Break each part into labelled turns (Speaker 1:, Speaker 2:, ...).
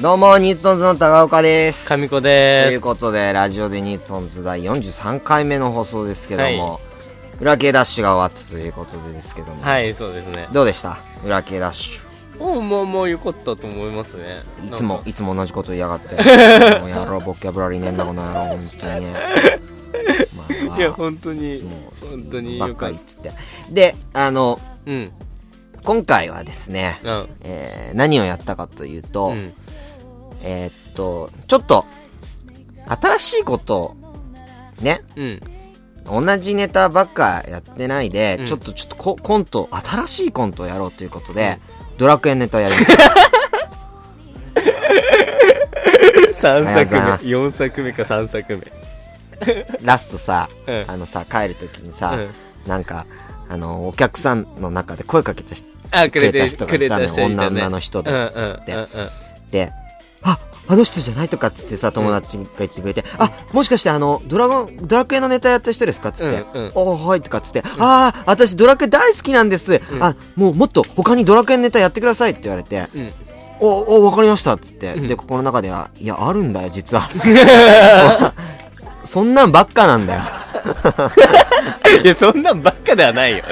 Speaker 1: どうも、ニートンズの高岡です。
Speaker 2: 神子
Speaker 1: と
Speaker 2: で
Speaker 1: いう
Speaker 2: す。
Speaker 1: ことで、ラジオでニートンズ第43回目の放送ですけども、
Speaker 2: は
Speaker 1: 裏系ダッシュが終わったということでですけども、
Speaker 2: はい、そうですね。
Speaker 1: どうでした裏系ダッシ
Speaker 2: おもうもうよかったと思いますね。
Speaker 1: ュ。いつも
Speaker 2: なん、か
Speaker 1: いつも同じこと言いやがって。 もうやろう、ボキャブラリーねえんだ、この野郎、本当にね。まあまあ
Speaker 2: いや、本当
Speaker 1: い
Speaker 2: に
Speaker 1: つも、
Speaker 2: 本当に
Speaker 1: ばっ
Speaker 2: よか
Speaker 1: か
Speaker 2: っ
Speaker 1: りっつって。で、あの、
Speaker 2: た。うん。
Speaker 1: 今回はですね、
Speaker 2: うん。
Speaker 1: えー何をやったかというと、
Speaker 2: うん。
Speaker 1: えーっと、ちょっと、新しいことを、ね、
Speaker 2: うん。
Speaker 1: 同じネタばっかやってないで、
Speaker 2: うん
Speaker 1: ちょっとちょっとココント、新しいコントをやろうということで、ドラクエネタやりま した。
Speaker 2: 3
Speaker 1: ありがとうございま
Speaker 2: 作
Speaker 1: す
Speaker 2: 目。4作目か3作
Speaker 1: ラストさ、
Speaker 2: うん
Speaker 1: あのさ、帰るときにさ、
Speaker 2: うん
Speaker 1: なんか、あの、お客さんの中で声かけた人
Speaker 2: 目。あ、くれ
Speaker 1: くれ
Speaker 2: て
Speaker 1: た人が
Speaker 2: くれた
Speaker 1: いた
Speaker 2: 人
Speaker 1: のよ
Speaker 2: いたね。
Speaker 1: 女女の人で
Speaker 2: うんうん
Speaker 1: つって
Speaker 2: うんうん
Speaker 1: で、あ、あの人じゃないとかっつってさ、友達が言ってくれて、あ、もしかしてあの、ドラゴン、ドラクエのネタやった人ですかっつって、
Speaker 2: うんうん
Speaker 1: おーはいとかっつって、ああ、私ドラクエ大好きなんです、
Speaker 2: うん
Speaker 1: あ、もうもっと他にドラクエのネタやってくださいって言われて、
Speaker 2: うん。
Speaker 1: お、お、わかりましたっつって、
Speaker 2: うん
Speaker 1: で、ここの中では、いや、あるんだよ、実は。 そんなんばっかなんだよ。
Speaker 2: いや、そんなんばっかでは ないよ。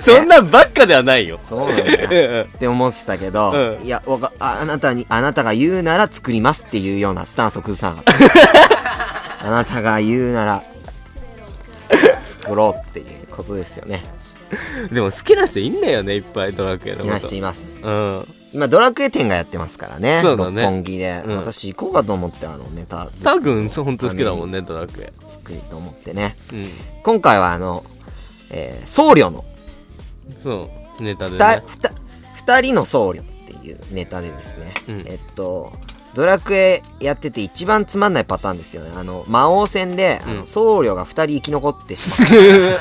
Speaker 2: そんなんばっかではないよ。
Speaker 1: そうなんだ
Speaker 2: うんうん
Speaker 1: って思ってたけど、
Speaker 2: うん
Speaker 1: いや、わか、ああなたに、あなたが言うなら作りますっていうようなスタンスを崩さなか った。あなたが言うなら、作ろうっていうことですよね。
Speaker 2: でも好きな人いんだよね、いっぱいドラクエの
Speaker 1: 今
Speaker 2: こと
Speaker 1: 人。います。
Speaker 2: うん。
Speaker 1: 今、ドラクエ展がやってますからね。
Speaker 2: そうだね
Speaker 1: 六本木で。
Speaker 2: うん
Speaker 1: 私行こうかと思って、あの、ネタずっ
Speaker 2: 多分、そう本当好きだもんね、ドラクエ。
Speaker 1: と作りと思ってね。
Speaker 2: うん。
Speaker 1: 今回は、あの、えー僧侶の
Speaker 2: そう、ネタで
Speaker 1: 二
Speaker 2: ね。
Speaker 1: 二二人の僧侶っていうネタでですね、
Speaker 2: うん
Speaker 1: えっとドラクエやってて一番つまんないパターンですよねあの魔王戦で、あ
Speaker 2: う
Speaker 1: の
Speaker 2: ん
Speaker 1: 僧侶が二人生き残って しまう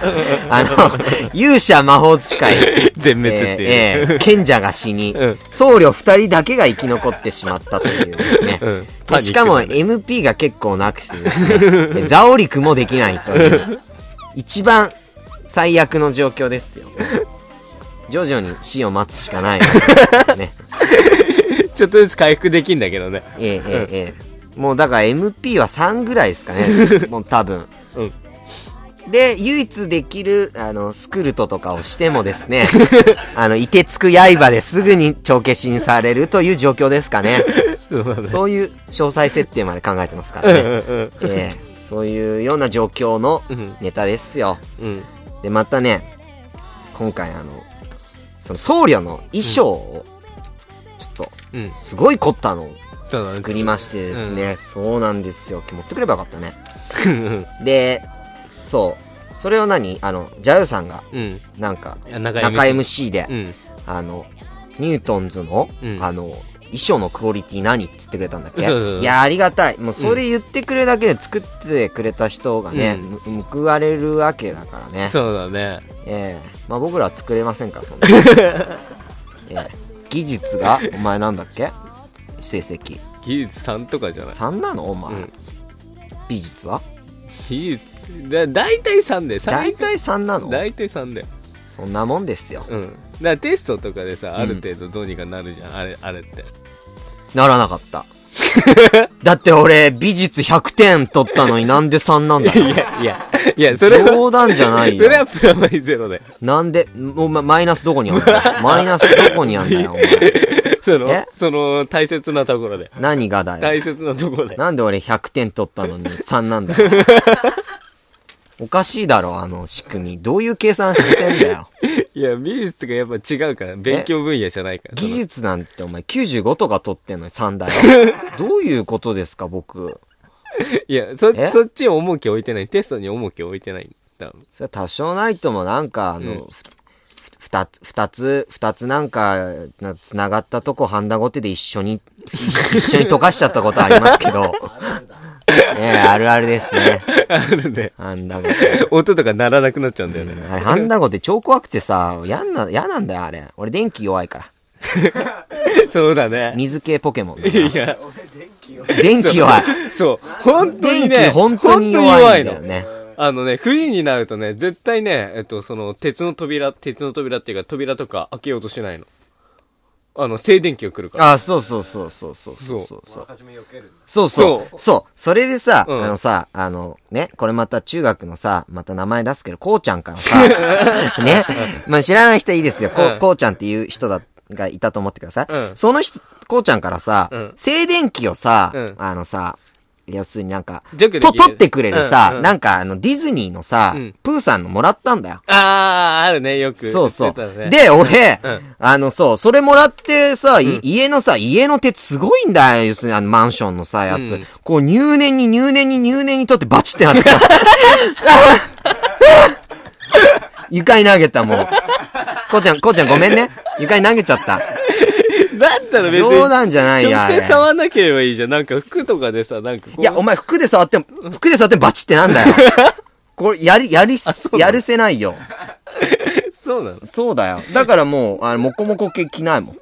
Speaker 1: あの勇者魔法使い
Speaker 2: 全滅って
Speaker 1: え
Speaker 2: い
Speaker 1: ーえ
Speaker 2: うね。
Speaker 1: ー賢者が死に、
Speaker 2: うん
Speaker 1: 僧侶二人だけが生き残ってしまったというですね、
Speaker 2: うん
Speaker 1: でしかも
Speaker 2: パニックだ
Speaker 1: MP が結構なくて ですねでザオリクもできないという一番最悪の状況ですよ徐々に死を待つしかないので ね
Speaker 2: ちょっとずつ回復できんだけ どね。
Speaker 1: ええええええもうだから MP は3ぐらいです かねもう多分
Speaker 2: うん。
Speaker 1: で唯一できるあのスクルトとかをしてもですね あの凍てつく刃ですぐに帳消しにされるという状況ですかね
Speaker 2: そうだね。
Speaker 1: そういう詳細設定まで考えてますか
Speaker 2: う
Speaker 1: ら
Speaker 2: ん
Speaker 1: ね
Speaker 2: うん
Speaker 1: ええそういうような状況の
Speaker 2: うん
Speaker 1: ネタですよ。
Speaker 2: うん。
Speaker 1: で、またね、今回あの、その僧侶の衣装を、ちょっと、
Speaker 2: うん。
Speaker 1: すごい凝ったのを
Speaker 2: そうだね。
Speaker 1: 作りましてですね、そうなんですよ。持ってくればよかったね。
Speaker 2: うん。
Speaker 1: で、そう。それを何あの、ジャウさんが、
Speaker 2: うん。
Speaker 1: なんか、
Speaker 2: いや
Speaker 1: 中
Speaker 2: 中
Speaker 1: MC で、
Speaker 2: うん。
Speaker 1: あの、ニュートンズの、
Speaker 2: うん
Speaker 1: あの、衣装のクオリティ何っつってくれたんだっけ
Speaker 2: そうそうそう
Speaker 1: いや、ありがたい。もうそれ言ってくれるだけで作ってくれた人がね、む報われるわけだからね。
Speaker 2: そうだね。
Speaker 1: ええまあ僕らは作れませんから、そん な。ええ技術が、お前なんだっけ成績。
Speaker 2: 技術さんとかじゃない。
Speaker 1: 3なのお前、
Speaker 2: うん
Speaker 1: 美術は
Speaker 2: 技術、だ大体3で、
Speaker 1: 大体3なの
Speaker 2: 大体3だよ。
Speaker 1: そんなもんですよ。
Speaker 2: うん。だからテストとかでさ、ある程度どうにかなるじゃん、あれ、あれって。
Speaker 1: ならなかった。だって俺、美術100点取ったのになんで3なんだ
Speaker 2: い
Speaker 1: ろう
Speaker 2: や、いや、いや、それは、
Speaker 1: 冗談じゃないよ
Speaker 2: それはプラマイゼロだよ。
Speaker 1: なんで、もうまマイナスどこ にあんだよ。マイナスどこにあんだよ、お前。
Speaker 2: その
Speaker 1: え、
Speaker 2: その、大切なところで。
Speaker 1: 何がだよ。
Speaker 2: 大切なところで。
Speaker 1: なんで俺100点取ったのに3なん だよ。おかしいだろ、あの仕組み。どういう計算してんだよ。
Speaker 2: いや、美術とかやっぱ違うから、勉強分野じゃないから。
Speaker 1: 技
Speaker 2: その
Speaker 1: 術なんてお前95とか取ってんのに3だ よ。どういうことですか、僕。
Speaker 2: いや、そ
Speaker 1: え、
Speaker 2: そっちを重き置いてない。テストに重き置いてないんだ。
Speaker 1: それは多少ないともなんか、あの、ふふ二つ、二つ、二つなんか、な、繋がったとこ、ハンダゴテで一緒に、一緒に溶かしちゃったことありますけど。ええ、あるあるですね。
Speaker 2: あるね。
Speaker 1: ハンダゴテ。
Speaker 2: 音とか鳴らなくなっちゃうんだよね。
Speaker 1: あれ、ハンダゴテ超怖くてさ、やんな、嫌なんだよ、あれ。俺電気弱いか
Speaker 2: そうだ
Speaker 1: ら。
Speaker 2: ね。
Speaker 1: 水系ポケモン。
Speaker 2: いや、
Speaker 1: 電気弱い。
Speaker 2: そう。本当
Speaker 1: 電
Speaker 2: にね、
Speaker 1: 気本当に弱いんだよ
Speaker 2: 本当に弱いの。
Speaker 1: ね。
Speaker 2: あのね、冬になるとね、絶対ね、えっと、その、鉄の扉、鉄の扉っていうか、扉とか開けようとしないの。あの、静電気が来るから。
Speaker 1: あ、そうそうそうそうそうそうそうそう。
Speaker 3: 初め避けるんだ
Speaker 1: そうそ
Speaker 2: そう
Speaker 1: う。そう。それでさ、
Speaker 2: うん
Speaker 1: あのさ、あの、ね、これまた中学のさ、また名前出すけど、こうちゃんからさ、 ね、まあ知らない人いいですよ。こ
Speaker 2: うん
Speaker 1: う、こうちゃんっていう人だ、がいたと思ってください。
Speaker 2: うん
Speaker 1: その人、こうちゃんからさ、
Speaker 2: うん
Speaker 1: 静電気をさ、
Speaker 2: うん
Speaker 1: あのさ、要するになんか、
Speaker 2: ジャックで
Speaker 1: と、
Speaker 2: きる
Speaker 1: 取ってくれるさ、
Speaker 2: うんうん
Speaker 1: なんかあの、ディズニーのさ、
Speaker 2: うん
Speaker 1: プーさんのもらったんだよ。
Speaker 2: あー、あるね、よく。
Speaker 1: そうそう
Speaker 2: 言ってた。ね、
Speaker 1: で、俺、
Speaker 2: うん
Speaker 1: あの、そう、それもらってさ、い家のさ、家の手すごいんだよ、要するにあのマンションのさ、やつ。
Speaker 2: うん
Speaker 1: こう、入念に入念に入念に取ってバチってなって た。床に投げた、もう。こうちゃん、こうちゃんごめんね。床に投げちゃった。
Speaker 2: だったら別に。
Speaker 1: 冗談じゃないや。
Speaker 2: 直
Speaker 1: あれ
Speaker 2: 接触らなければいいじゃん。なんか服とかでさ、なんかこう
Speaker 1: いや、お前服で触っても、服で触ってもバチってなんだよ。 これ、やり、やりす、やるせないよ。
Speaker 2: そうなの
Speaker 1: そうだよ。だからもう、あの、もこもこ系着ないもん。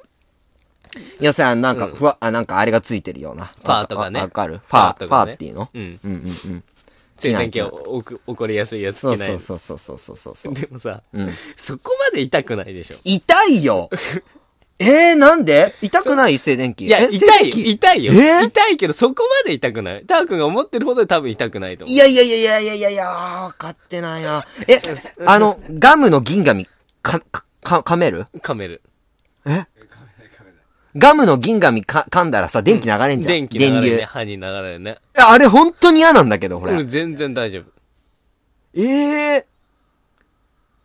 Speaker 1: 要するに、なんか、ふわ、あ、なんかあれがついてるような。
Speaker 2: ファーとかね
Speaker 1: わかるファー、フ
Speaker 2: ファーと
Speaker 1: ァ
Speaker 2: かね
Speaker 1: ーっていうの
Speaker 2: うん。
Speaker 1: うんうんうん。
Speaker 2: 静電気が起く起こりやすいやつ
Speaker 1: そう
Speaker 2: 着ない
Speaker 1: そ
Speaker 2: の
Speaker 1: うそうそうそうそうそうそう。
Speaker 2: でもさ、
Speaker 1: うん。
Speaker 2: そこまで痛くないでしょ。
Speaker 1: 痛いよえー、なんで痛くない静電気。
Speaker 2: いや、
Speaker 1: え
Speaker 2: 痛い、
Speaker 1: 静電気
Speaker 2: 痛いよ。
Speaker 1: え
Speaker 2: 痛いけど、そこまで痛くない。ター君が思ってるほど多分痛くないと思
Speaker 1: いやいやいやいやいやいやいや、わかってないな。え、あの、ガムの銀紙、か、か、か、噛める
Speaker 2: う。噛める。
Speaker 1: ガムの銀紙か、噛んだらさ、電気流れんじゃん。
Speaker 2: 電気流れる
Speaker 1: 電
Speaker 2: ね。
Speaker 1: 流。
Speaker 2: 歯に流れるね。
Speaker 1: えあれ本当に嫌なんだけど、これ。
Speaker 2: 俺全然大丈夫。
Speaker 1: ええ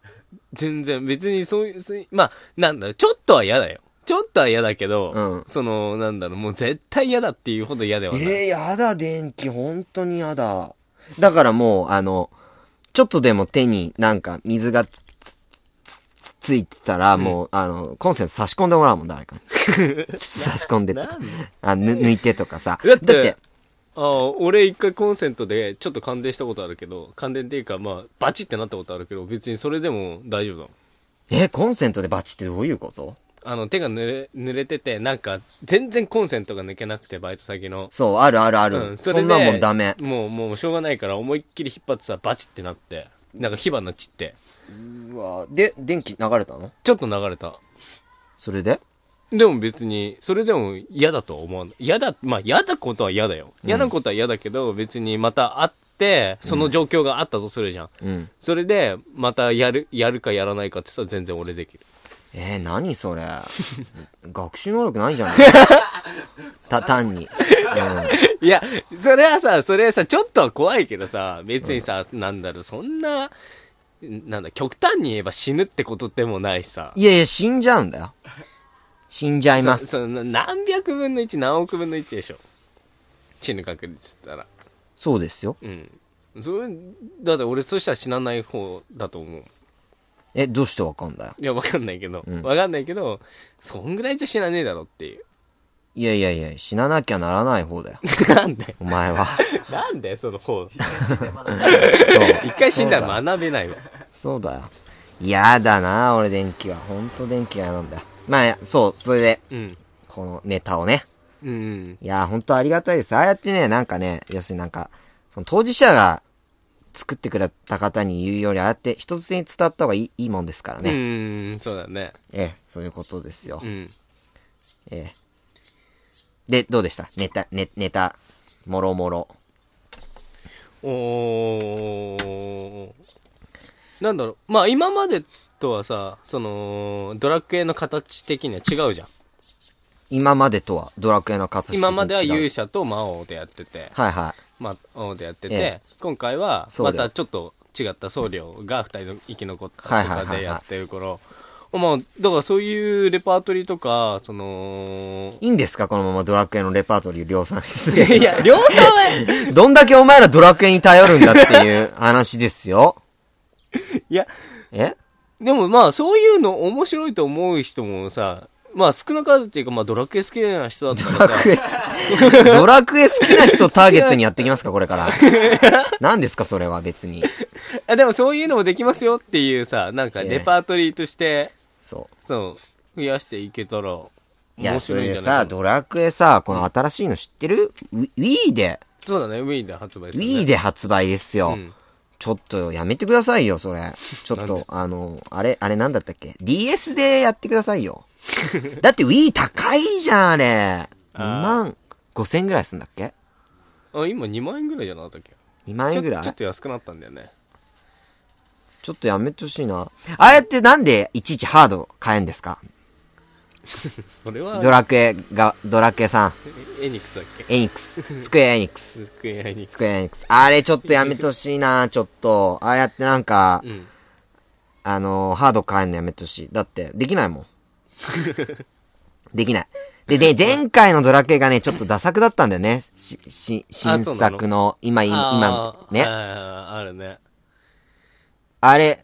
Speaker 1: ー。
Speaker 2: 全然、別にそういうそういう、まあ、なんだろう、ちょっとは嫌だよ。ちょっとは嫌だけど、
Speaker 1: うん
Speaker 2: その、なんだろう、もう絶対嫌だっていうほど嫌ではない。
Speaker 1: ええやだ、電気、本当にやだ。だからもう、あの、ちょっとでも手になんか水がつ、つ、つ、ついてたら、もう、あの、コンセント差し込んでもらうもん、誰 かに。ちょっと差し込んでとか。あ、ぬ、抜いてとかさ。
Speaker 2: だってああ、俺一回コンセントでちょっと感電したことあるけど、感電っていうか、まあ、バチってなったことあるけど、別にそれでも大丈夫だもん。
Speaker 1: え、コンセントでバチってどういうこと
Speaker 2: あの、手が濡れ、濡れてて、なんか、全然コンセントが抜けなくて、バイト先の。
Speaker 1: そう、あるあるある。
Speaker 2: うん、
Speaker 1: そ
Speaker 2: れで
Speaker 1: んなもんダメ。
Speaker 2: もう、もう、しょうがないから、思いっきり引っ張ってさ、バチってなって、なんか火花散って、
Speaker 1: うわで、電気流れたの
Speaker 2: ちょっと流れた。
Speaker 1: それで
Speaker 2: でも別に、それでも嫌だとは思わない。嫌だ、まあ嫌だことは嫌だよ。嫌なことは嫌だけど、別にまた会って、その状況があったとするじゃん。
Speaker 1: うん。
Speaker 2: それで、またやる、やるかやらないかってさ、全然俺できる。
Speaker 1: えー、何それ学習能力ないんじ ゃないた、単に。うん。
Speaker 2: いや、それはさ、それはさ、ちょっとは怖いけどさ、別にさ、なんだろう、そんな、なんだ、極端に言えば死ぬってことでもないしさ。
Speaker 1: いやいや、死んじゃうん だよ。死んじゃいます。
Speaker 2: そその何百分の1、何億分の1でしょ。死ぬ確率って言ったら。
Speaker 1: そうですよ。
Speaker 2: うん。それ、だって俺そしたら死なない方だと思う。
Speaker 1: え、どうしてわかんだよ。
Speaker 2: いや、わかんないけど、
Speaker 1: うん
Speaker 2: わかんないけど、そんぐらいじゃ死なねえだろっていう。
Speaker 1: いやいやいや、死ななきゃならない方だよ。
Speaker 2: なんで
Speaker 1: お前 は。
Speaker 2: なんでその
Speaker 1: そ
Speaker 2: 方。
Speaker 1: う。
Speaker 2: 一回死んだ
Speaker 1: そうだ
Speaker 2: ら学べないわ。
Speaker 1: そうだよ。嫌だな、俺電気は。ほんと電気が嫌なんだよ。まあ、そう、それで、
Speaker 2: うん。
Speaker 1: このネタをね。
Speaker 2: うん。
Speaker 1: いや、ほんとありがたいです。ああやってね、なんかね、要するになんか、その当事者が作ってくれた方に言うより、ああやって一つに伝わった方がいいいいもんですから
Speaker 2: う
Speaker 1: ね。
Speaker 2: ん、そうだね。
Speaker 1: ええ、そういうことですよ。
Speaker 2: うん。
Speaker 1: ええ。で、どうでしたネタ、ネネタ、もろもろ。
Speaker 2: おーなんだろうまあ今までとはさそのドラクエの形的には違うじゃん
Speaker 1: 今までとはドラクエの形と違う
Speaker 2: 今までは勇者と魔王でやってて
Speaker 1: はいは
Speaker 2: 魔王でやってて、
Speaker 1: え
Speaker 2: 今回は
Speaker 1: 僧侶
Speaker 2: またちょっと違った僧侶が2人の生き残った
Speaker 1: はい
Speaker 2: と
Speaker 1: はいはい
Speaker 2: か
Speaker 1: はい
Speaker 2: でやってる頃まあだからそういうレパートリーとかその
Speaker 1: い。いいんですかこのままドラクエのレパートリー量産し続
Speaker 2: いや
Speaker 1: け
Speaker 2: い
Speaker 1: て。
Speaker 2: や量産は
Speaker 1: どんだけお前らドラクエに頼るんだっていう話ですよ。
Speaker 2: いや
Speaker 1: え
Speaker 2: でもまあそういうの面白いと思う人もさまあ少なからずっていうかまあドラクエ好きな人だったらさ
Speaker 1: ドラクエ好きな人ターゲットにやってきますかこれ から。何ですかそれは別に。
Speaker 2: あでもそういうのもできますよっていうさなんか
Speaker 1: ええ
Speaker 2: レパートリーとして、
Speaker 1: そ
Speaker 2: そう増やしていけたら
Speaker 1: う。いや、
Speaker 2: 面
Speaker 1: そ
Speaker 2: 白
Speaker 1: れ
Speaker 2: いんじ
Speaker 1: で
Speaker 2: ゃな
Speaker 1: さ、
Speaker 2: いかな
Speaker 1: ドラクエさ、この新しいの知ってるウィ ?Wii で、
Speaker 2: そうだね Wii で発売する、ね、
Speaker 1: Wii で発売ですよ。
Speaker 2: うん
Speaker 1: ちょっとやめてく ださいよ、それ。ちょっ
Speaker 2: なん
Speaker 1: と、あの、あれ、あれなんだったっけ ?DS でやってくださいよ。 だって Wii 高いじゃん、あれ。
Speaker 2: あー
Speaker 1: 2万5千円ぐらいすんだっけ
Speaker 2: あ、今2万円ぐらいじゃなかったっけ
Speaker 1: ?2 万
Speaker 2: ちょ
Speaker 1: 円ぐらい
Speaker 2: ちょっと安くなったんだよね。
Speaker 1: ちょっとやめてほしいな。ああやってなんでいちいちハード買えんですか
Speaker 2: それは
Speaker 1: ド、ラクエが、ドラクエさん、
Speaker 2: エニックスだっけ
Speaker 1: エニック ス、スクエアエニックス、
Speaker 2: スクエアエニック
Speaker 1: スクエアエニックス。あれちょっとやめてほしいな、ちょっと。ああやってなんか
Speaker 2: ス。う、ん。
Speaker 1: あのーハード買えんのやめてほしい。だって、できない もん。できない。で、で、前回のドラクエがね、ちょっとダ作だったんだよね。し、し、
Speaker 2: あ
Speaker 1: 新
Speaker 2: そうなの
Speaker 1: 作の、今、い今
Speaker 2: あ、ー
Speaker 1: ね。
Speaker 2: あーあるね。
Speaker 1: あれ、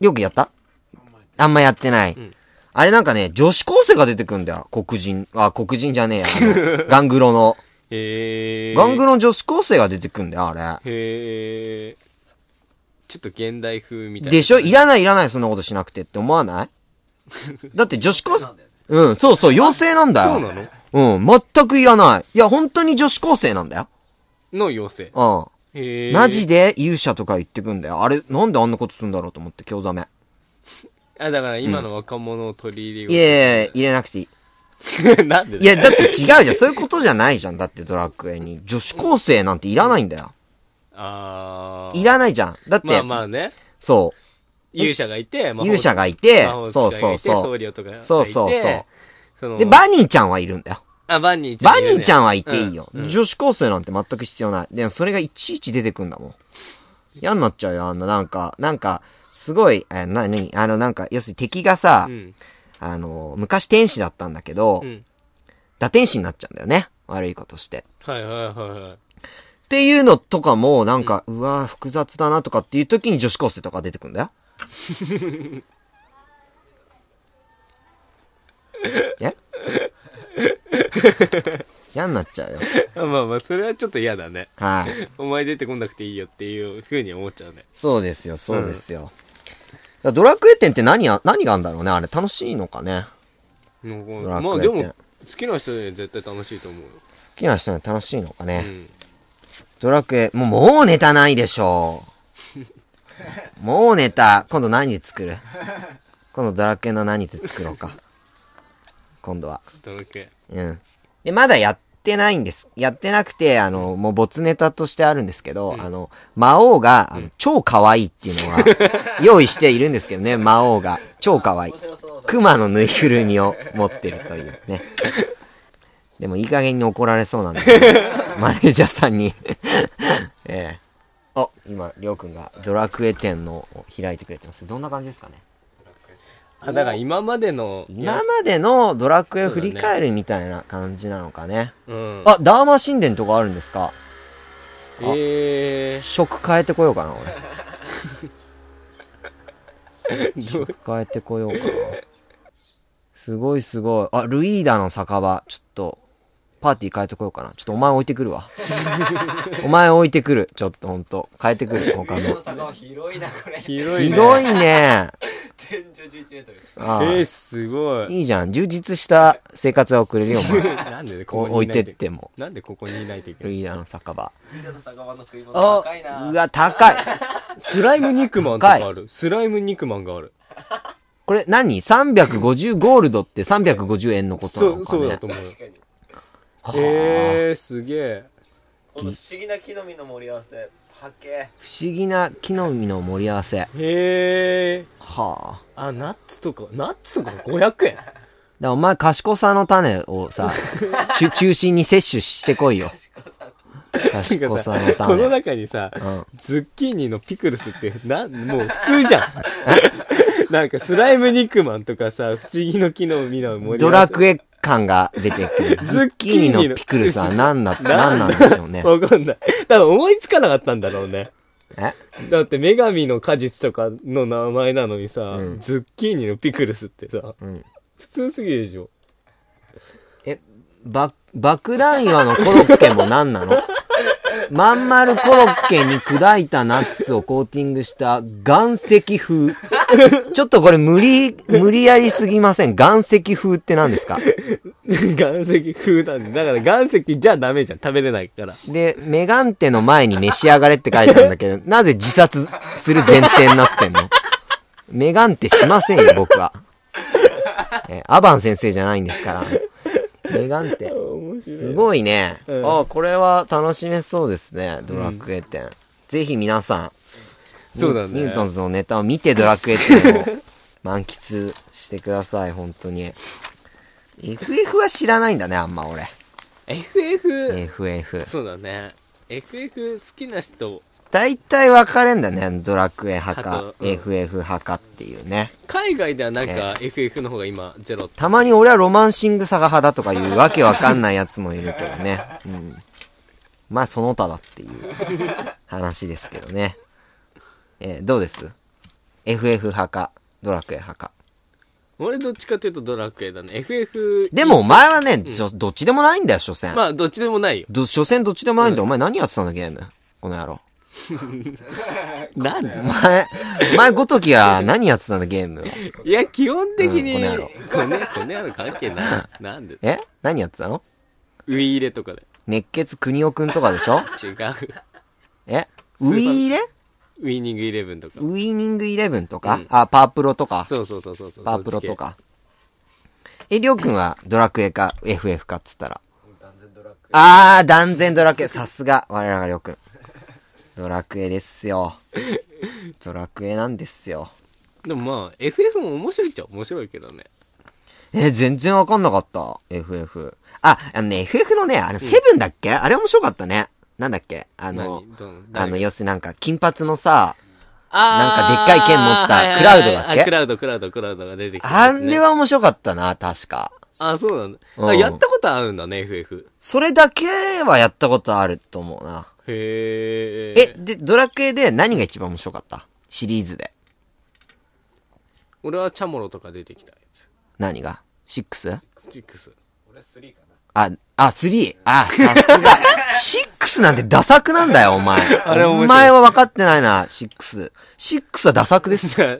Speaker 1: よくやったあんまやってない。
Speaker 2: ん
Speaker 1: あれなんかね、女子高生が出てくんだよ。黒人。あ、黒人じゃねえやあの。 ガングロの。
Speaker 2: へえ。
Speaker 1: ガングロの女子高生が出てくんだよ、あれ。
Speaker 2: へえ。ちょっと現代風みたいな。
Speaker 1: でしょいらないいらないそんなことしなくてって思わ ないだって女子高生、うん、そうそう、妖精なんだよ。
Speaker 2: そうなの
Speaker 1: うん、全くいらない。いや、本当に女子高生なんだよ。
Speaker 2: の妖精。
Speaker 1: うん。
Speaker 2: へえ。
Speaker 1: マジで勇者とか言ってくんだよ。あれ、なんであんなことするんだろうと思って、興ざめ。
Speaker 2: あ、だから今の若者を取り入
Speaker 1: い
Speaker 2: れよ
Speaker 1: やいや入れなくていい。
Speaker 2: う。いや、なんで
Speaker 1: いや、だって違うじゃん。そういうことじゃないじゃん。だってドラクエに。女子高生なんていらないんだよ。
Speaker 2: あー
Speaker 1: いらないじゃん。だって、
Speaker 2: まあまあね。
Speaker 1: そ
Speaker 2: 勇者がいて、
Speaker 1: う。
Speaker 2: 魔法
Speaker 1: 勇者がいて
Speaker 2: 魔法、
Speaker 1: そ
Speaker 2: 使
Speaker 1: う
Speaker 2: い
Speaker 1: そ
Speaker 2: がいうて僧
Speaker 1: そう。
Speaker 2: 侶とかがいて。
Speaker 1: そうそうそう
Speaker 2: その
Speaker 1: で、バニーちゃんはいるんだよ。
Speaker 2: あ、バニーちゃん
Speaker 1: バ
Speaker 2: いるね。
Speaker 1: ニーちゃんはいていいよ。
Speaker 2: うんうん
Speaker 1: 女子高生なんて全く必要ない。でもそれがいちいち出てくんだもん。嫌になっちゃうよ、あんな、なんか、なんか、すごい、えー、な、に、あの、なんか、要するに敵がさ、
Speaker 2: うん。
Speaker 1: あの、昔天使だったんだけど、
Speaker 2: うん。
Speaker 1: 打天使になっちゃうんだよね。悪いことして。
Speaker 2: はいはいはいはい。
Speaker 1: っていうのとかも、なんか、うわー複雑だなとかっていう時に女子高生とか出てくんだ よ。え嫌になっちゃうよ。
Speaker 2: あまあまあ、それはちょっと嫌だね。
Speaker 1: はい。
Speaker 2: お前出てこなくていいよっていうふうに思っちゃうね。
Speaker 1: そうですよ、そうですよ。だからドラクエ展って何や、何があんだろうねあれ楽しいのかねドラクエ
Speaker 2: まあでも、
Speaker 1: って
Speaker 2: 好きな人には絶対楽しいと思うよ。
Speaker 1: 好きな人には楽しいのか
Speaker 2: う
Speaker 1: ね、
Speaker 2: ん。
Speaker 1: ドラクエ、もう、もうネタないでしょ う。もうネタ、今度何で作る今度ドラクエの何で作ろうか。今度は。
Speaker 2: ドラクエ。
Speaker 1: うん。で、まだやってないんです。やってなくて、あの、もう没ネタとしてあるんですけど、あの、魔王が、あの超可愛いっていうのが、用意しているんですけどね、魔王が。超可愛い。熊のぬいぐるみを持ってるというね。でもいい加減に怒られそうなんで、マネージャーさんに。 ええあ、今、りょうくんがドラクエ展のを開いてくれてます。どんな感じですかね
Speaker 2: あ、だから今までの、
Speaker 1: 今までのドラクエを振り返るみたいな感じなのかね。
Speaker 2: うん。
Speaker 1: あ、ダーマ神殿とかあるんですか
Speaker 2: え
Speaker 1: 食変えてこようかな、 俺。
Speaker 2: どう
Speaker 1: 食変えてこようかな。すごいすごい。あ、ルイーダの酒場。ちょっと、パーティー変えてこようかな。ちょっとお前置いてくる わ。お前置いてくる。ちょっとほんと。変えてくる。他の。
Speaker 3: 大阪は広いなこれ
Speaker 2: ー、広いね。
Speaker 1: 広いね。
Speaker 3: 天井11メートル
Speaker 1: あ
Speaker 2: えー、
Speaker 1: ー
Speaker 2: すごい。
Speaker 1: いいじゃん。充実した生活を送れるよ、お前。
Speaker 2: なんで
Speaker 1: こ
Speaker 2: こ
Speaker 1: う
Speaker 2: こ
Speaker 1: 置い
Speaker 2: にな
Speaker 1: て
Speaker 2: い
Speaker 1: っ
Speaker 2: とい
Speaker 1: て
Speaker 2: けない
Speaker 1: も。
Speaker 2: なんでここにいないといけな
Speaker 1: ル
Speaker 2: い
Speaker 1: イーダの酒場。
Speaker 3: みんなと酒場の食い物
Speaker 2: あ
Speaker 3: 高いな
Speaker 1: うわ、高い。
Speaker 2: スライム肉まんとかある。スライム肉まんがある。
Speaker 1: これ何 ?350 ゴールドって350円のことな
Speaker 2: そ
Speaker 1: のかね
Speaker 2: う、そうだと思うよ。
Speaker 3: 確かに
Speaker 1: はあ
Speaker 2: えー、すげえ。
Speaker 3: この不思議な木の実の盛り合わせはけ
Speaker 1: 不思議な木の実の盛り合わせ。は
Speaker 2: へえ。
Speaker 1: あ。
Speaker 2: あ、ナッツとか、ナッツとか500円
Speaker 1: だからお前、賢さの種をさ、中中心に摂取してこいよ。賢さの
Speaker 2: この
Speaker 1: 種。
Speaker 2: 中にさ、
Speaker 1: うん
Speaker 2: ズッキーニのピクルスって、な、もう 普通じゃん。なんかスライム肉まんとかさ、不思議の木の実の森
Speaker 1: ドラクエ感が出てくる。ズ
Speaker 2: ズ
Speaker 1: ッ
Speaker 2: ッ
Speaker 1: キ
Speaker 2: キ
Speaker 1: ー
Speaker 2: ー
Speaker 1: ニ
Speaker 2: ニの
Speaker 1: のピクルスは何だ、何なんでしょうね。
Speaker 2: わかんない。多分思いつかなかったんだろうね。
Speaker 1: え
Speaker 2: だって女神の果実とかの名前なのにさ、
Speaker 1: うん
Speaker 2: ズッキーニのピクルスってさ、
Speaker 1: うん
Speaker 2: 普通すぎるでしょ。
Speaker 1: え、ば、爆弾岩のコロッケも何なのまん丸コロッケに砕いたナッツをコーティングした岩石風。ちょっとこれ無理、無理やりすぎません。岩石風って何ですか
Speaker 2: 岩石風なんで。だから岩石じゃダメじゃん。食べれないから。
Speaker 1: で、メガンテの前に召し上がれって書いてあるんだけど、なぜ自殺する前提になってんのメガンテしませんよ、僕は。えーアバン先生じゃないんですから。メガンテ。
Speaker 2: 面白い
Speaker 1: すごいね。
Speaker 2: うん
Speaker 1: あこれは楽しめそうですね。ドラクエ展。ぜひ皆さん、
Speaker 2: そうだね
Speaker 1: ニュニュートンズのネタを見てドラクエ展を 満喫してください、本当に。FF は知らないんだね、あんま俺。
Speaker 2: FF
Speaker 1: FF。
Speaker 2: そうだね FF 好きな人
Speaker 1: 大体分かれんだね、ドラクエ派
Speaker 2: 派
Speaker 1: か、
Speaker 2: とうん
Speaker 1: FF 派かっていうね。
Speaker 2: 海外ではなんか FF の方が今ゼロ
Speaker 1: たまに俺はロマンシングサガ派だとかいうわけわかんないやつもいるけど ね。うん。まあその他だっていう話ですけどね。えーどうです ?FF 派か、ドラクエ派か。
Speaker 2: 俺どっちかというとドラクエだね FF
Speaker 1: でもお前はね、ちょどっちでもないんだよ、所詮。
Speaker 2: まあどっちでもないよ
Speaker 1: ど、所詮どっちでもないんだよ。お前何やってたんだ、ゲーム。この野郎。
Speaker 2: なんで
Speaker 1: お前、お前ごときは何やってたんだ、ゲームを。
Speaker 2: いや基本的に
Speaker 1: う
Speaker 2: こ
Speaker 1: んこの野
Speaker 2: ね
Speaker 1: 郎
Speaker 2: この野郎関係 ないなんで
Speaker 1: え何やってたの
Speaker 2: ウイイレとかで
Speaker 1: 熱血国オくんとかでしょ
Speaker 2: 違う
Speaker 1: えウィーレ
Speaker 2: ウイニングイレブンとか
Speaker 1: ウィーニングイレブンとか、
Speaker 2: うん
Speaker 1: あ、パープロとか。
Speaker 2: そうそうそうそうそう
Speaker 1: パープロとか。え、りょうくんはドラクエか FF かっつったら。
Speaker 3: 断然ドラッグ
Speaker 1: あー、断然ドラクエ。さすが、我らがりょうくん。ドラクエですよ。ドラクエなんですよ。
Speaker 2: でもまあ FF も面白いっちゃ面白いけどね
Speaker 1: え、全然わかんなかった。FF。あ、あのね、FF のね、あれ、セブンだっけ、あれ面白かったね。なんだっけあの
Speaker 2: 何どの、
Speaker 1: あ
Speaker 2: 誰
Speaker 1: の、要するになんか、金髪のさ、
Speaker 2: あー
Speaker 1: なんかでっかい剣持った
Speaker 2: はいはいはい
Speaker 1: クラウドだっけ
Speaker 2: あクラウド、クラウド、クラウドが出てきた
Speaker 1: あ
Speaker 2: やつね、
Speaker 1: れは面白かったな、確か。
Speaker 2: あ、そうなんだ。
Speaker 1: うん
Speaker 2: あやったことあるんだね、FF。
Speaker 1: それだけはやったことあると思うな。
Speaker 2: へえ。
Speaker 1: え、で、ドラクエで何が一番面白かったシリーズで。
Speaker 2: 俺はチャモロとか出てきたやつ。
Speaker 1: 何が ?6?
Speaker 2: チックス。
Speaker 3: 俺3かな
Speaker 1: あ、あ、3? あ、 さすが。6なんてダサくなんだよ、お前。
Speaker 2: れ面白い
Speaker 1: お前は分かってないな、6。6はダサくです よ。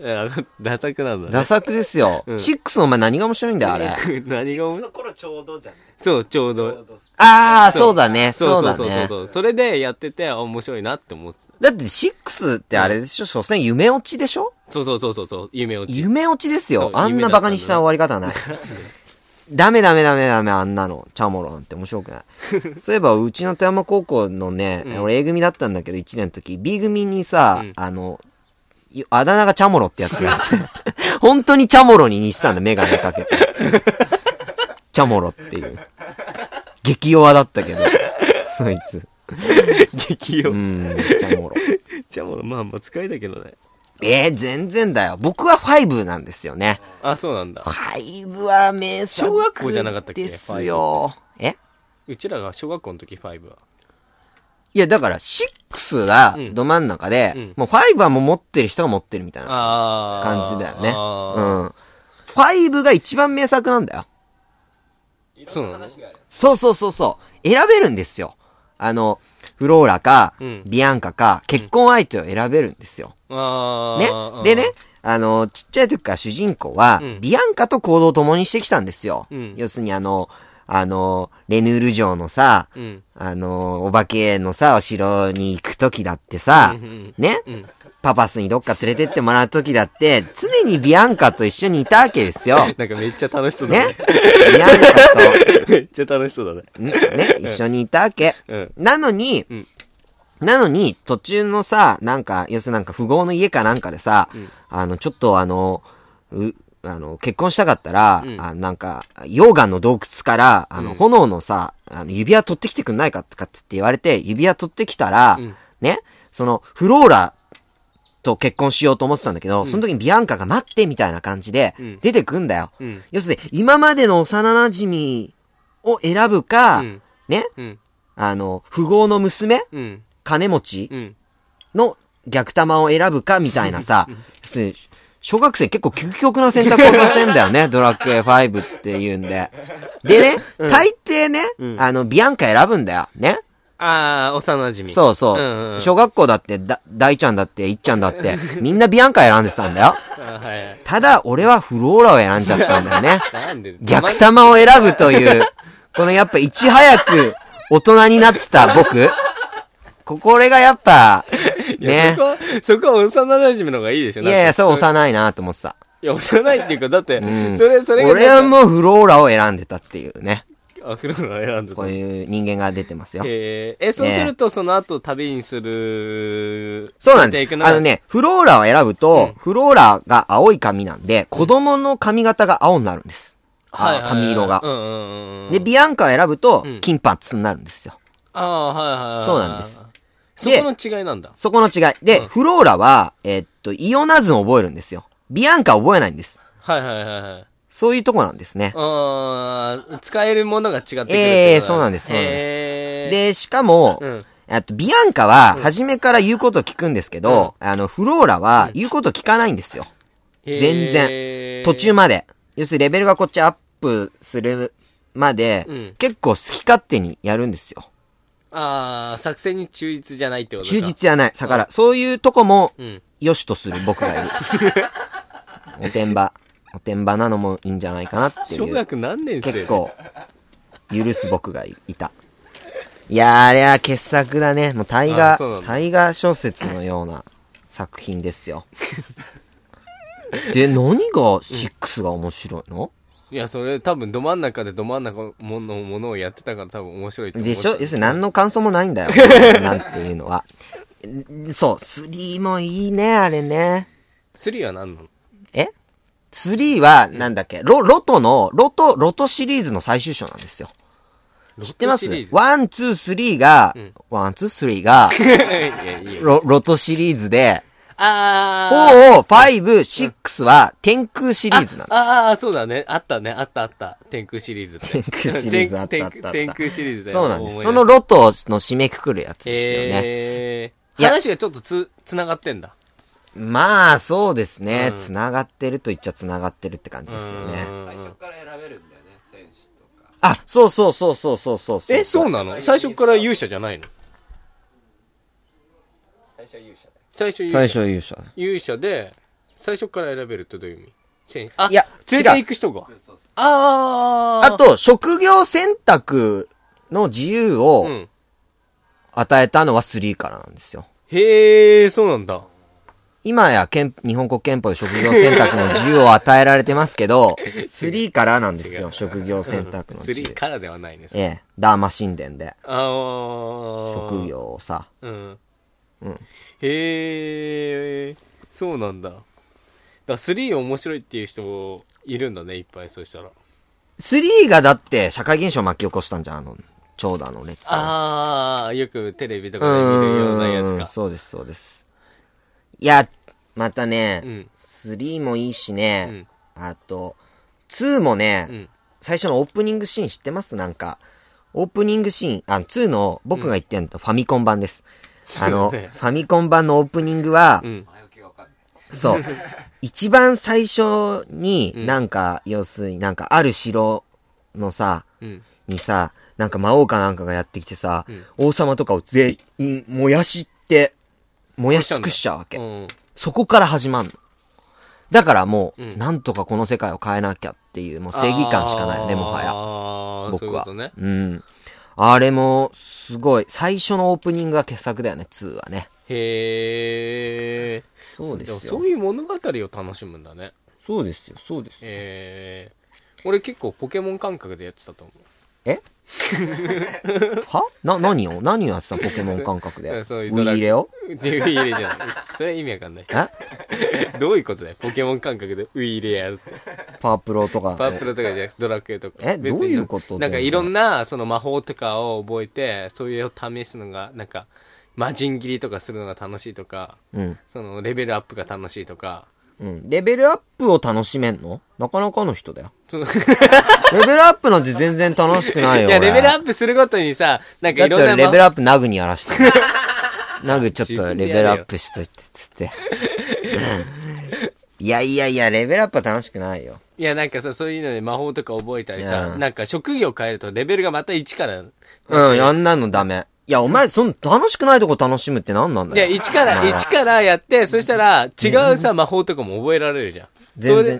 Speaker 2: ダサくなんだ
Speaker 1: ダ
Speaker 2: ね。
Speaker 1: サくですよ。6のお前何が面白いんだよ、あれ。
Speaker 2: 何が
Speaker 3: そ
Speaker 2: 面白い
Speaker 3: の頃ちょうどじゃんね
Speaker 2: そう、ちょう
Speaker 3: ちょう
Speaker 2: ど。
Speaker 3: どっす
Speaker 1: あー、そうだね、そう
Speaker 2: そう
Speaker 1: だ
Speaker 2: そうそう
Speaker 1: ね。
Speaker 2: そう。それでやってて、あ面白いなって思って
Speaker 1: だ
Speaker 2: た。
Speaker 1: って6ってあれでしょ所詮夢落ちでしょ
Speaker 2: そうそうそうそうそう、夢落ち。
Speaker 1: 夢落ちです
Speaker 2: そ
Speaker 1: よ。
Speaker 2: う
Speaker 1: あんなバカにした終わり 方ない。ダメダメダメダメ、あんなの。チャモロなんて面白く ない。そういえば、うちの富山高校のね、
Speaker 2: うん
Speaker 1: 俺 A 組だったんだけど、1年の時、B 組にさ、
Speaker 2: うん
Speaker 1: あの、いあだ名がチャモロってやつがいて、 本当にチャモロに似てたんだ、メガネかけて。チャモロっていう。激弱だったけど、そいつ。
Speaker 2: 激
Speaker 1: う
Speaker 2: 用。
Speaker 1: ん、チャモロ。
Speaker 2: チャモロ、まあまあ使いだけどね。
Speaker 1: えー、全然だよ。僕は5なんですよね。
Speaker 2: あ、そうなんだ。
Speaker 1: ファイブは名作
Speaker 2: 小学校じゃなかったっけ
Speaker 1: ですよ。え
Speaker 2: うちらが小学校の時、ファイブは。
Speaker 1: いや、だから、6が
Speaker 2: うん
Speaker 1: ど真ん中で、
Speaker 2: うん
Speaker 1: もう5はもう持ってる人が持ってるみたいな
Speaker 2: あ
Speaker 1: 感
Speaker 2: ー。
Speaker 1: じだよね。う
Speaker 2: あ
Speaker 1: ん。5が一番名作なんだよ。
Speaker 3: い
Speaker 2: そ
Speaker 3: ろ
Speaker 2: うんな
Speaker 3: な
Speaker 2: の
Speaker 3: 話がある
Speaker 1: そうそうそうそう。選べるんですよ。あの、フローラか、
Speaker 2: うん
Speaker 1: ビアンカか、結婚相手を選べるんですよ。
Speaker 2: ーあ
Speaker 1: ね
Speaker 2: ー。
Speaker 1: でね、あの、ちっちゃい時から主人公は、
Speaker 2: うん
Speaker 1: ビアンカと行動を共にしてきたんですよ。
Speaker 2: うん
Speaker 1: 要するにあの、あの、レヌール城のさ、
Speaker 2: うん。
Speaker 1: あの、お化けのさ、お城に行くときだってさ
Speaker 2: うんうん、
Speaker 1: ね、
Speaker 2: ん
Speaker 1: パパスにどっか連れてってもらうときだって、常にビアンカと一緒にいたわけですよ。
Speaker 2: なんかめっちゃ楽し そうだ
Speaker 1: ね
Speaker 2: ね。
Speaker 1: ビアンカ
Speaker 2: めっちゃ楽しそうだね。
Speaker 1: と、んね、一緒にいたわけ。
Speaker 2: うん。
Speaker 1: なのに、
Speaker 2: うん
Speaker 1: なのに、途中のさ、なんか、要するになんか富豪の家かなんかでさ、あの、ちょっとあの、う、あの、結婚したかったら、
Speaker 2: うん
Speaker 1: あのなんか、溶岩の洞窟から、あの、炎のさ、あの、指輪取ってきてくんないかとかって言われて、指輪取ってきたら、
Speaker 2: うん
Speaker 1: ね、その、フローラと結婚しようと思ってたんだけど、その時にビアンカが待ってみたいな感じで
Speaker 2: うん、
Speaker 1: 出てくんだよ。
Speaker 2: うん。
Speaker 1: 要するに、今までの幼馴染を選ぶか、
Speaker 2: うん
Speaker 1: ね、
Speaker 2: うん。
Speaker 1: あの、富豪の娘
Speaker 2: うん。
Speaker 1: 金持ち
Speaker 2: うん。
Speaker 1: の逆玉を選ぶかみたいな さ、要するに小学生結構究極な選択をさせんだよ ね、ドラクエ5っていうんで。でね、大抵ね、
Speaker 2: ん
Speaker 1: あの、ビアンカ選ぶんだよ。ね。
Speaker 2: あー、幼馴染。
Speaker 1: そうそう。
Speaker 2: んうん、
Speaker 1: 小学校だって、だ、大ちゃんだって、いっちゃんだって、みんなビアンカ選んでたんだよ。
Speaker 2: あーはい。
Speaker 1: ただ、俺はフローラを選んじゃったんだよ ね。
Speaker 2: なんで
Speaker 1: 逆玉を選ぶという、このやっぱいち早く大人になってた僕。ここれがやっぱ、
Speaker 2: いや
Speaker 1: ね
Speaker 2: そ。こは、そこは幼馴染の方がいいでしょ。
Speaker 1: いやいや、そう
Speaker 2: さ。
Speaker 1: 幼いなと思ってた。
Speaker 2: いや、幼いっていうか、だって、
Speaker 1: うん
Speaker 2: それ、それが。
Speaker 1: 俺はもうフローラを選んでたっていうね。
Speaker 2: う。あ、フルーラ選んでた
Speaker 1: こういう人間が出てますよ。
Speaker 2: えーえ、そうすると、その後、旅にする。
Speaker 1: そうなん
Speaker 2: して
Speaker 1: で
Speaker 2: い
Speaker 1: す
Speaker 2: く。
Speaker 1: あの。ね、フローラを選ぶと、フローラが青い髪なんで、子供の髪型が青になるんです。
Speaker 2: はいはい
Speaker 1: あ髪色が
Speaker 2: うんうんうん。
Speaker 1: で、、ビアンカを選ぶと
Speaker 2: うん、
Speaker 1: 金髪になるんですよ。
Speaker 2: ああ、はいはいはい。
Speaker 1: そうなんです。
Speaker 2: そこの違いなんだ。
Speaker 1: そこの違い。で、フローラは、えーっと、イオナズンを覚えるんですよ。ビアンカは覚えないんです。
Speaker 2: はいはいはいはい。
Speaker 1: そういうとこなんですね。
Speaker 2: あー使えるものが違ってくるってことだ
Speaker 1: ええそうなんですそうなんです
Speaker 2: えー
Speaker 1: で、しかも、
Speaker 2: うん
Speaker 1: あと、ビアンカは、初めから言うことを聞くんですけど、あの、フローラは、言うことを聞かないんですよ。全然
Speaker 2: へー
Speaker 1: 途中まで。要するに、レベルがこっちアップするまで、
Speaker 2: うん
Speaker 1: 結構好き勝手にやるんですよ。
Speaker 2: ああ、作戦に忠実じゃないってことか
Speaker 1: 忠実じゃない。だから、そういうとこも、
Speaker 2: うん。
Speaker 1: 良しとする僕が いる。おてんば。おてんばなのもいいんじゃないかなってい
Speaker 2: 小
Speaker 1: う。
Speaker 2: 学何年生
Speaker 1: 結構、許す僕がいた。いやー、あれは傑作だね。もう、大
Speaker 2: あそう
Speaker 1: 河、
Speaker 2: なんだ
Speaker 1: 大河小説のような作品ですよ。で、何が6が面白いの、
Speaker 2: いや、それ多分ど真ん中でど真ん中ものものをやってたから多分面白いと思う。
Speaker 1: でしょ要するに何の感想もないんだよ。 なんていうのは。そう、3もいいね、あれね。
Speaker 2: スリーは何なの
Speaker 1: えツリーは、なんだっけ、ロ、ロトの、ロト、ロトシリーズの最終章なんですよ。知ってます
Speaker 2: ロックシリーズ
Speaker 1: ワン、ツー、スリーが、ワン、ツー、スリーが、
Speaker 2: い や、いいよ。
Speaker 1: ロ、ロトシリーズで、
Speaker 2: あー。
Speaker 1: 4、5、6は天空シリーズなんです。
Speaker 2: ああー、そうだね。あったね。あったあった。天空シリーズ。天
Speaker 1: 空シリーズあったあったあった
Speaker 2: 天空シリーズだよ。
Speaker 1: そうなんです。
Speaker 2: 思い出
Speaker 1: そのロトの締めくくるやつですよね。
Speaker 2: えー、
Speaker 1: いや
Speaker 2: 話がちょっとつ、つながってんだ。
Speaker 1: まあ、そうですね。
Speaker 2: うん
Speaker 1: 繋がってると言っちゃ繋がってるって感じですよね
Speaker 2: う。ん
Speaker 3: 最初から選べるんだよね選手とか
Speaker 1: あ、そうそうそうそうそうそうそう。
Speaker 2: え、そうなの最初から勇者じゃないの
Speaker 3: 最初は勇者だよ
Speaker 2: 最初勇者。
Speaker 1: 最初優勝。
Speaker 2: 勇者で、最初から選べるってどういう意味せんあ、
Speaker 1: いや
Speaker 2: 連れて行く人が。
Speaker 3: そうそう
Speaker 2: あー。
Speaker 1: あ、と、職業選択の自由
Speaker 2: う
Speaker 1: を
Speaker 2: ん。
Speaker 1: 与えたのは3からなんですよ。
Speaker 2: へえ、そうなんだ。
Speaker 1: 今や憲日本国憲法で職業選択の自由を与えられてますけど、3からなんですよ、職業選択の自
Speaker 2: 釣
Speaker 1: 由
Speaker 2: り。からではないね。
Speaker 1: ええ、ダーマ神殿で
Speaker 2: あー。
Speaker 1: 職。業をさ、
Speaker 2: うん。
Speaker 1: うん
Speaker 2: へえ、そうなんだ。だから3面白いっていう人いるんだね、いっぱい、そうしたら。
Speaker 1: 3がだって社会現象を巻き起こしたんじゃん、あの、長蛇の列を。
Speaker 2: ああ、よくテレビと
Speaker 1: う
Speaker 2: かで見るようなやつ
Speaker 1: ーん、
Speaker 2: か。
Speaker 1: そうです、そうです。いや、またね、
Speaker 2: うん
Speaker 1: 3もいいしね、あと、2もね、
Speaker 2: うん
Speaker 1: 最初のオープニングシーン知ってますなんか、オープニングシーン、あの、2の僕が言ってんのファミコン版です。あの、
Speaker 2: そうね
Speaker 1: ファミコン版のオープニングは、
Speaker 2: うん。
Speaker 3: 前置きが分かんない
Speaker 1: そう、一番最初に、なんか、要するになんか、ある城のさ、
Speaker 2: うん。
Speaker 1: にさ、なんか魔王かなんかがやってきてさ、王様とかを全員燃やして、燃やし尽くしちゃうわけ。
Speaker 2: うん。
Speaker 1: そこから始まんの。だからもう、
Speaker 2: うん
Speaker 1: なんとかこの世界を変えなきゃっていう、もう正義感しかないよね、もはや。
Speaker 2: や
Speaker 1: 僕は。
Speaker 2: そういうことね。
Speaker 1: うん。あれも、すごい。最初のオープニングが傑作だよね、2はね。
Speaker 2: へえ。
Speaker 1: そうです
Speaker 2: で
Speaker 1: よ
Speaker 2: も。そういう物語を楽しむんだね。
Speaker 1: そうですよ、そうですよ。
Speaker 2: ええ。俺結構ポケモン感覚でやってたと思う。
Speaker 1: え はな、何を何をやってたのポケモン感覚で。ウ
Speaker 2: うんそうい
Speaker 1: ィ
Speaker 2: うドラ
Speaker 1: ーレを
Speaker 2: で、ウィーレじゃない。それ意味わかんない。
Speaker 1: え
Speaker 2: どういうことだよ。ポケモン感覚でウィーレやるって。
Speaker 1: パワープロとか。
Speaker 2: パープルとかじゃなくてドラクエとか。
Speaker 1: え
Speaker 2: 別
Speaker 1: ど
Speaker 2: に
Speaker 1: ういうこと
Speaker 2: なんかいろんな、その魔法とかを覚えて、それを試すのが、なんか、魔人斬りとかするのが楽しいとか、
Speaker 1: うん。
Speaker 2: そのレベルアップが楽しいとか、
Speaker 1: うん。レベルアップを楽しめんのなかなかの人だよ。
Speaker 2: そのい
Speaker 1: レベルアップなんて全然楽しくないよ。
Speaker 2: や、レベルア
Speaker 1: プ
Speaker 2: ップするごとにさ、なんか
Speaker 1: だっ
Speaker 2: い
Speaker 1: て
Speaker 2: ろんな
Speaker 1: 俺レ
Speaker 2: 魔
Speaker 1: ベルアップナグにやらしてる。 ナグちょっとレベルアップしといて、つって。いやいやいや、レベルアップは楽しくないよ。
Speaker 2: いや、なんかさ、そういうので魔法とか覚えたりさ、
Speaker 1: うん
Speaker 2: なんか職業変えるとレベルがまた1から、
Speaker 1: うん、あんなのダメ。いや、お前、その、楽しくないとこ楽しむって何なん
Speaker 2: い
Speaker 1: だ
Speaker 2: や、
Speaker 1: よ。
Speaker 2: 1から、1からやって、そしたら違うさ、魔法とかも覚えられるじゃん。
Speaker 1: 全
Speaker 2: それ
Speaker 1: 然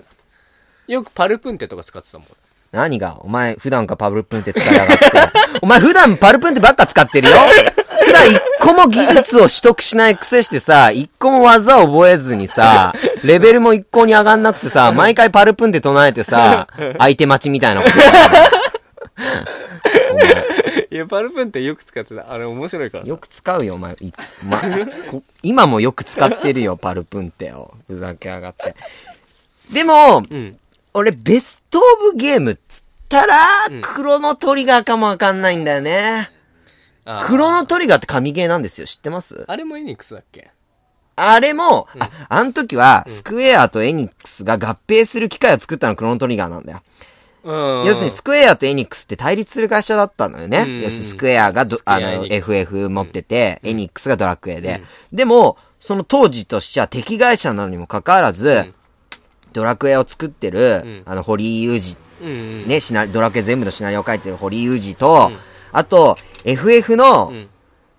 Speaker 2: で。よくパルプンテとか使ってたもん。
Speaker 1: 何がお 前、普段からパルプンテ使いやがって。お前、普段パルプンテばっか使ってるよ普段一個も技術を取得しないくせしてさ、一個も技を覚えずにさ、レベルも一向に上がんなくてさ、毎回パルプンって唱えてさ、相手待ちみたいなこと。お前
Speaker 2: いや、パルプンってよく使ってた。あれ面白いからさ。
Speaker 1: よく使うよ、お前。いま、 こ今もよく使ってるよ、パルプンテを。ふざけやがって。でも、
Speaker 2: うん。
Speaker 1: 俺、ベストオブゲームっつったら、クロノトリガーかもわかんないんだよね。
Speaker 2: あー
Speaker 1: クロノトリガーって神ゲーなんですよ。知ってます
Speaker 2: あれもエニックスだっけ
Speaker 1: あれも、あ、あの時は、スクエアとエニックスが合併する機会を作ったのクロノトリガーなんだよ。
Speaker 2: うん。
Speaker 1: 要するにスクエアとエニックスって対立する会社だったのよね。
Speaker 2: うん
Speaker 1: 要するにスクエアがど
Speaker 2: スクエア
Speaker 1: あの
Speaker 2: エニックス
Speaker 1: FF 持ってて、エニックスがドラクエで。でも、その当時としては敵会社なのにもかかわらず、
Speaker 2: ん
Speaker 1: ドラクエを作ってる、
Speaker 2: ん
Speaker 1: あの、堀井裕
Speaker 2: うんうん。
Speaker 1: 二、ね、シナリドラクエ全部のシナリオを書いてる堀井裕二と、
Speaker 2: うん
Speaker 1: あと、FF の、
Speaker 2: うん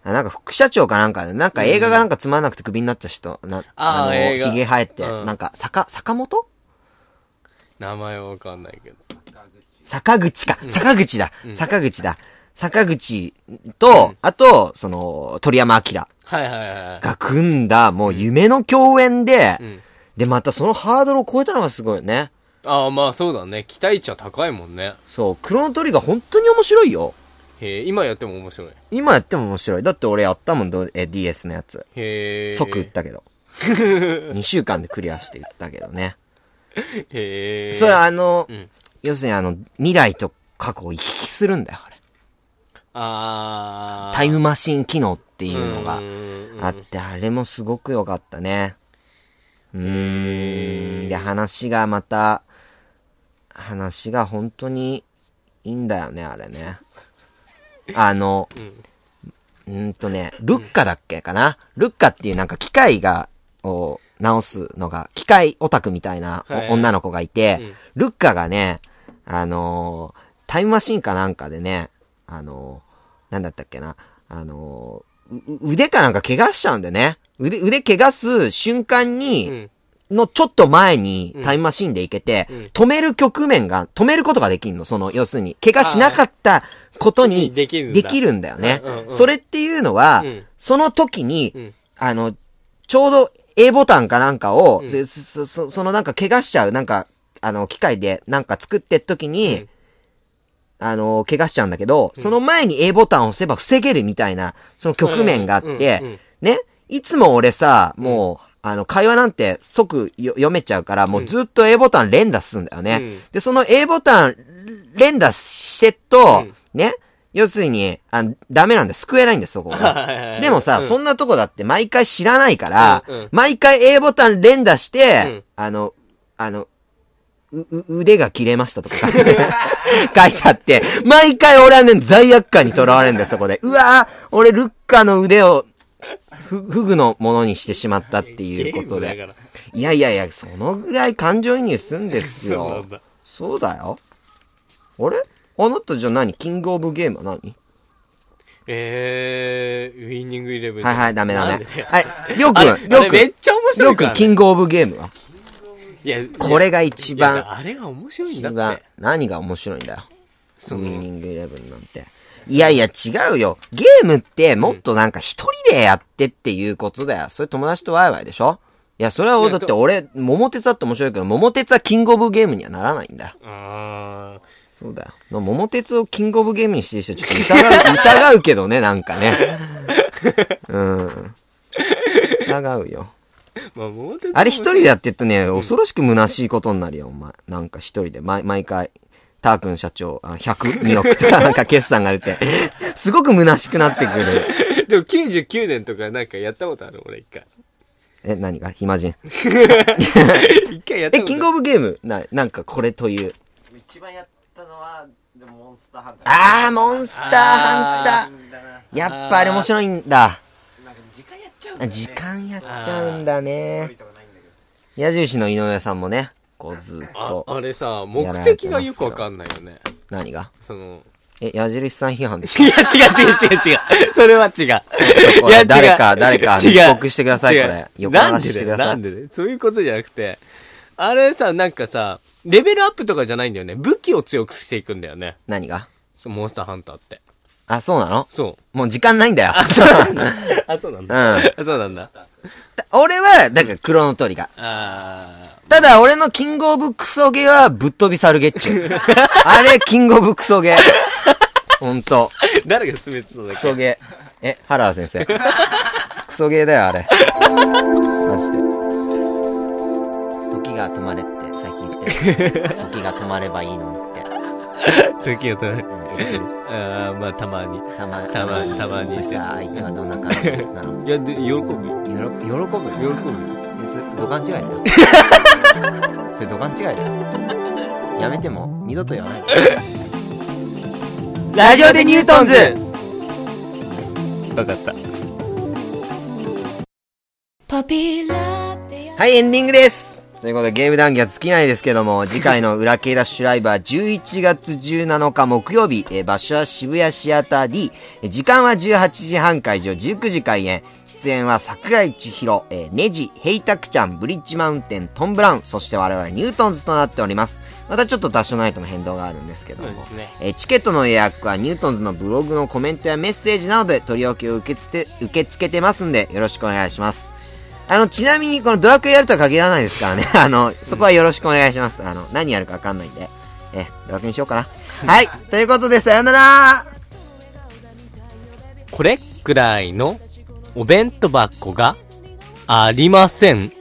Speaker 1: あなんか副社長かなんかで、なんか映画がなんかつまんなくてクビになった人、な、
Speaker 2: あー
Speaker 1: の、
Speaker 2: 映画
Speaker 1: 髭生えて、
Speaker 2: うん
Speaker 1: なんか、坂、坂本
Speaker 2: 名前はわかんないけどさ。
Speaker 1: 坂口か。坂口だ。坂口だ。坂口と、あと、その、鳥山明
Speaker 2: はいはいはいはい。
Speaker 1: が組んだ、もう夢の共演で、
Speaker 2: ん
Speaker 1: で、またそのハードルを超えたのがすごいよね。
Speaker 2: ああ、まあそうだね。期待値は高いもんね。
Speaker 1: そう、クロノトリガー本当に面白いよ。
Speaker 2: へえ、今やっても面白い。
Speaker 1: 今やっても面白い。だって俺やったもん、どえ DS のやつ。
Speaker 2: へえ。
Speaker 1: 即売っ
Speaker 2: へ
Speaker 1: た けど。2週間でクリアして売ったけどね。
Speaker 2: え。
Speaker 1: それあの、
Speaker 2: ん
Speaker 1: 要するにあの、未来と過去を行き来するんだよ、あれ。
Speaker 2: ああ。
Speaker 1: タイ
Speaker 2: ム
Speaker 1: ムマシン機能っていうのが。あ
Speaker 2: が
Speaker 1: って、あれもすごく良かったね。うーん。で、話がまた、話が本当にいいんだよね、あれね。あの、うーんとね、ルッカだっけかな、ルッカっていうなんか機械が、を直すのが、機械オタクみたいなお
Speaker 2: はい
Speaker 1: 女の子がいて、
Speaker 2: うん
Speaker 1: ルッカがね、あのータイムマシンかなんかでね、あのーなんだったっけな、あのーう腕かなんか怪我しちゃうんだよね。腕、腕怪我す瞬間
Speaker 2: う
Speaker 1: に、
Speaker 2: ん。
Speaker 1: のちょっと前に
Speaker 2: うん
Speaker 1: タイムマシンで行けて、
Speaker 2: うん
Speaker 1: 止める局面が、止めることができるの。その、要するに、怪我しなかったことに、
Speaker 2: できるんだ
Speaker 1: できるんだよね
Speaker 2: うんうんう。ん
Speaker 1: それっていうのは
Speaker 2: うん、
Speaker 1: その時に
Speaker 2: うん、
Speaker 1: あの、ちょうど A ボタンかなんかを
Speaker 2: ん、
Speaker 1: そそそそのなんか怪我しちゃう、なんか、あの、機械でなんか作ってっ時
Speaker 2: う
Speaker 1: に
Speaker 2: ん、
Speaker 1: あの、怪我しちゃうんだけど、その前に A ボタンを押せば防げるみたいな、その局面があっ
Speaker 2: うんうんうん
Speaker 1: て、ね、いつも俺さ、もう、あの、会話なんて即よ読めちゃうから、もうずっと A ボタン連打すんだよね。
Speaker 2: うん
Speaker 1: で、その A ボタン連打してっと、ね、要するに、あダメなんだよ。救えないんだよ、そこ が。でもさ、そ
Speaker 2: ん
Speaker 1: んなとこだって毎回知らないから、
Speaker 2: うんうん
Speaker 1: 毎回 A ボタン連打して、
Speaker 2: うん
Speaker 1: あの、あの、う、う腕が切れましたとか 書いてあって、毎回俺はね、罪悪感にとらわれるんだよ、そこ で。うわぁ、俺ルッカの腕を、ふ、ふぐのものにしてしまったっていうこと
Speaker 2: ゲームだ
Speaker 1: で。
Speaker 2: から
Speaker 1: いやいやいや、そのぐらい感情移入するんです
Speaker 2: そうな
Speaker 1: よ
Speaker 2: ん。だ。
Speaker 1: そうだよ。あれあなたじゃあ何キングオブゲームは何
Speaker 2: えー、ウィニングイレブン。
Speaker 1: はいはい、ダメダ
Speaker 2: なん
Speaker 1: メ
Speaker 2: でだ。よ
Speaker 1: はい、りょう
Speaker 2: あ
Speaker 1: く
Speaker 2: れ
Speaker 1: ん、りょ
Speaker 2: あ
Speaker 1: う
Speaker 2: れ
Speaker 1: く
Speaker 2: め
Speaker 1: ん
Speaker 2: っ。ちゃ面
Speaker 1: りょ
Speaker 2: 白
Speaker 1: う
Speaker 2: いか
Speaker 1: く
Speaker 2: ら
Speaker 1: ん、
Speaker 2: ね。
Speaker 1: キングオブゲームは。
Speaker 2: いや、いや
Speaker 1: これが一
Speaker 2: い
Speaker 1: 番
Speaker 2: や、あれが面白いん
Speaker 1: 一
Speaker 2: だって。
Speaker 1: 番、何が面白いんだよ。ウ
Speaker 2: その
Speaker 1: ィーニングイレブンなんて。いやいや、違うよ。ゲームって、もっとなんか一人でやってっていうことだよ。それ友達とワイワイでしょいや、それ
Speaker 2: い
Speaker 1: は、
Speaker 2: や
Speaker 1: だって
Speaker 2: と
Speaker 1: 俺、桃鉄だって面白いけど、桃鉄はキングオブゲームにはならないんだよ。
Speaker 2: あ
Speaker 1: そうだよ。桃鉄をキングオブゲームにしてる人、ちょっと疑う、 疑うけどね、なんかね。うん。疑うよ。
Speaker 2: ーまあ、桃鉄
Speaker 1: あれ一人でやってるとね、恐ろしく虚しいことになるよ、お前。なんか一人で、毎毎回、タークン社長、あ100、2億とかなんか決算が出て、 すごく虚しくなってくる。
Speaker 2: でも99年とかなんかやったことある俺一回。
Speaker 1: え、何が暇人。
Speaker 2: 一回やった
Speaker 1: え、
Speaker 2: ことある。
Speaker 1: キングオブゲームな、なんかこれという。
Speaker 3: 一番やったのはでもモンスターハンター
Speaker 1: あー、モンスターハンタ
Speaker 3: ンターな
Speaker 1: ー。やっぱあれ面白いんだ。
Speaker 3: なんか時間やっちゃうんだ
Speaker 1: あ
Speaker 3: よね
Speaker 1: 時間やっちゃうんだ
Speaker 3: ストー
Speaker 1: ね
Speaker 3: リー。とかないんだけ
Speaker 1: 矢印の井上さんもね、こうずっ
Speaker 2: あ
Speaker 1: と。
Speaker 2: あれさ、目的がよくわかんないよね。
Speaker 1: 何が
Speaker 2: その、
Speaker 1: え、矢印さん批判です
Speaker 2: いや、違う違う違う違う。それは 違う。い
Speaker 1: これ
Speaker 2: や、違う
Speaker 1: 誰か誰か
Speaker 2: 違う
Speaker 1: 予告してください
Speaker 2: 違う
Speaker 1: これ予告
Speaker 2: なんで
Speaker 1: して
Speaker 2: だ
Speaker 1: くださ
Speaker 2: よ、
Speaker 1: い
Speaker 2: なんでだよ。そういうことじゃなくて、あれさ、なんかさ、レベルアップとかじゃないんだよね。武器を強くしていくんだよね。
Speaker 1: 何が
Speaker 2: そのモンスターハンターって。
Speaker 1: あ、そうなの
Speaker 2: そ
Speaker 1: もう時間ないんだよ。
Speaker 2: う。 あ、そうなん
Speaker 1: う
Speaker 2: だ。
Speaker 1: ん。
Speaker 2: あそうなんだ。
Speaker 1: 俺は、だから、クロノトリガー。
Speaker 2: あ
Speaker 1: ただ、俺のキングオブクソゲーは、ぶっ飛びサルゲッチ ュ。あれ、キングオブクソゲー。ほんと。
Speaker 2: ー。誰が進めてたんだっ
Speaker 1: ク
Speaker 2: け
Speaker 1: ソゲー。え、原田先生。クソゲーだよ、あれ。マジで。時が止まれって、最近言ってる。時が止まればいいのにって。
Speaker 2: 時が 止まる。
Speaker 1: うん言ってる
Speaker 2: あーまあ、たまに。
Speaker 1: たま
Speaker 2: たまたまに
Speaker 1: そしたら相手はどんな感じなの
Speaker 2: いや、で、喜ぶよ。
Speaker 1: 喜ぶ喜ぶ
Speaker 2: 喜ぶよ。
Speaker 1: いやそれ土管違い だよそれ土管違いだよやめても二度と言わないラジオでニュートンズ
Speaker 2: わかった。
Speaker 4: パピラテ
Speaker 1: はいエンディングですということでゲーム談義は尽きないですけども次回の「 裏系ダッシュライバー」11月17日木曜日えー場所は渋谷シアター D え時間は18時半会場19時開演出演は桜井千尋、えーネジヘイタクちゃんブリッジマウンテントンブラウンそして我々ニュートンズとなっておりますまたちょっとダッシュナイトの変動があるんですけど
Speaker 2: そう
Speaker 1: も、
Speaker 2: ですね。
Speaker 1: えーチケットの予約はニュートンズのブログのコメントやメッセージなどで取り置きを受け付け受け付けてますんでよろしくお願いしますあのちなみにこのドラクエやるとは限らないですからね あのそこはよろしくお願いしますあの何やるかわかんないんでえドラクエにしようか なはいということでさよなら
Speaker 2: これくらいのお弁当箱がありません。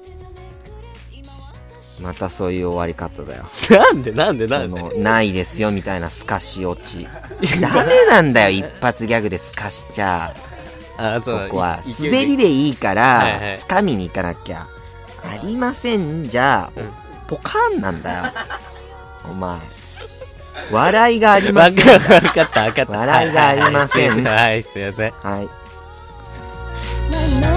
Speaker 1: またそういう終わり方だよ
Speaker 2: なんでなんでな
Speaker 1: そ
Speaker 2: んで
Speaker 1: のないですよみたいなすかし落 ちダメなんだよ一発ギャグですかしちゃ
Speaker 2: あ
Speaker 1: そ
Speaker 2: だ
Speaker 1: こはい
Speaker 2: 勢い
Speaker 1: 滑りでいいか
Speaker 2: はいは
Speaker 1: ら
Speaker 2: い
Speaker 1: 掴みに行かなきゃありませんじゃポカーンなんだよお前笑いがありま
Speaker 2: わ
Speaker 1: せん
Speaker 2: かわかったわかった。
Speaker 1: 笑いがありません
Speaker 2: はいはい、はいすいません。
Speaker 1: はい
Speaker 4: ィ